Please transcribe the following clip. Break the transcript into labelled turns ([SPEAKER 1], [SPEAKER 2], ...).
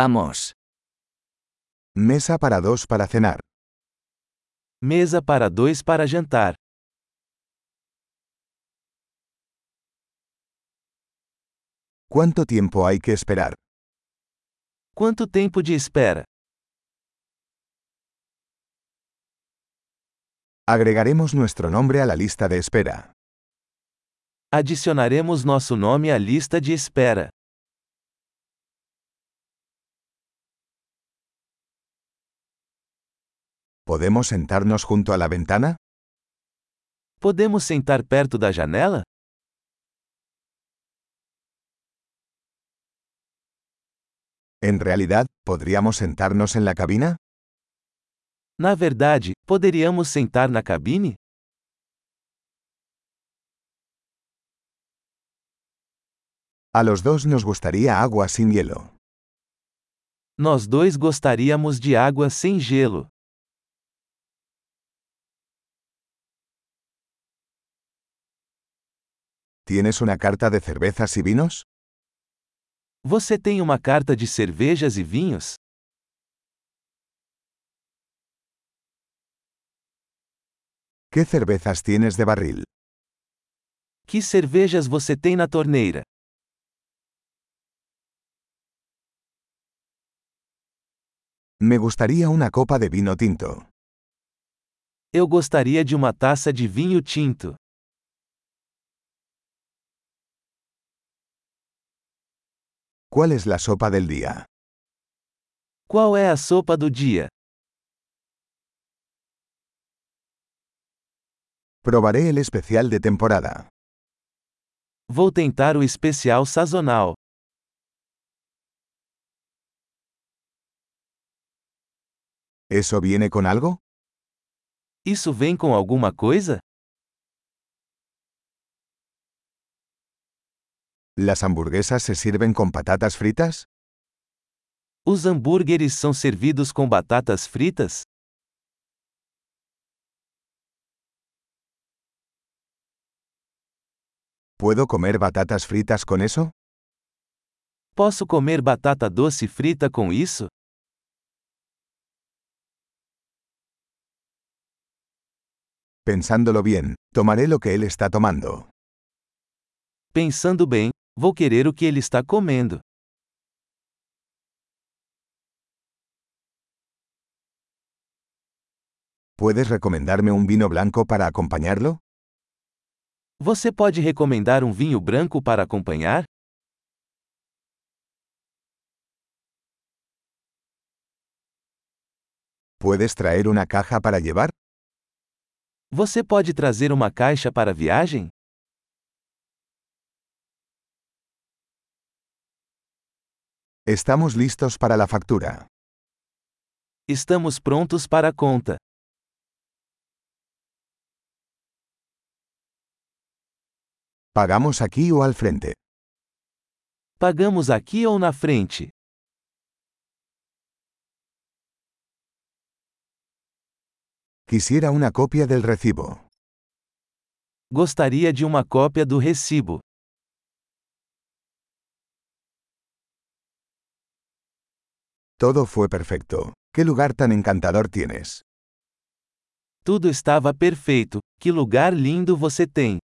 [SPEAKER 1] Vamos.
[SPEAKER 2] Mesa para dos para cenar.
[SPEAKER 3] Mesa para dois para jantar.
[SPEAKER 2] ¿Cuánto tiempo hay que esperar?
[SPEAKER 3] Quanto tempo de espera?
[SPEAKER 2] Agregaremos nuestro nombre a la lista de espera.
[SPEAKER 3] Adicionaremos nosso nome à lista de espera.
[SPEAKER 2] ¿Podemos sentarnos junto a la ventana?
[SPEAKER 3] Podemos sentar perto da janela?
[SPEAKER 2] En realidad, ¿podríamos sentarnos en la cabina?
[SPEAKER 3] Na verdade, poderíamos sentar na cabine?
[SPEAKER 2] A los dos nos gustaría agua sin hielo.
[SPEAKER 3] Nós dois gostaríamos de água sem gelo.
[SPEAKER 2] ¿Tienes una carta de cervezas y vinos?
[SPEAKER 3] Você tem uma carta de cervejas e vinhos?
[SPEAKER 2] ¿Qué cervezas tienes de barril?
[SPEAKER 3] Que cervejas você tem na torneira?
[SPEAKER 2] Me gustaría una copa de vino tinto.
[SPEAKER 3] Eu gostaria de uma taça de vinho tinto.
[SPEAKER 2] ¿Cuál es la sopa del día?
[SPEAKER 3] Qual é a sopa do dia?
[SPEAKER 2] Probaré el especial de temporada.
[SPEAKER 3] Vou tentar o especial sazonal.
[SPEAKER 2] ¿Eso viene con algo?
[SPEAKER 3] Isso vem com alguma coisa?
[SPEAKER 2] ¿Las hamburguesas se sirven con patatas fritas?
[SPEAKER 3] Os hambúrgueres são servidos com batatas fritas?
[SPEAKER 2] ¿Puedo comer batatas fritas con eso?
[SPEAKER 3] Posso comer batata doce frita com isso?
[SPEAKER 2] Pensándolo bien, tomaré lo que él está tomando.
[SPEAKER 3] Pensando bem, vou querer o que ele está comendo.
[SPEAKER 2] ¿Puedes recomendarme un vino blanco para acompañarlo?
[SPEAKER 3] Você pode recomendar um vinho branco para acompanhar?
[SPEAKER 2] ¿Puedes traer una caja para llevar?
[SPEAKER 3] Você pode trazer uma caixa para a viagem?
[SPEAKER 2] Estamos listos para la factura.
[SPEAKER 3] Estamos prontos para a conta.
[SPEAKER 2] ¿Pagamos aquí o al frente?
[SPEAKER 3] Pagamos aqui ou na frente?
[SPEAKER 2] Quisiera una copia del recibo.
[SPEAKER 3] Gostaria de uma cópia do recibo.
[SPEAKER 2] Todo fue perfecto. ¿Qué lugar tan encantador tienes?
[SPEAKER 3] Tudo estava perfeito. Que lugar lindo você tem!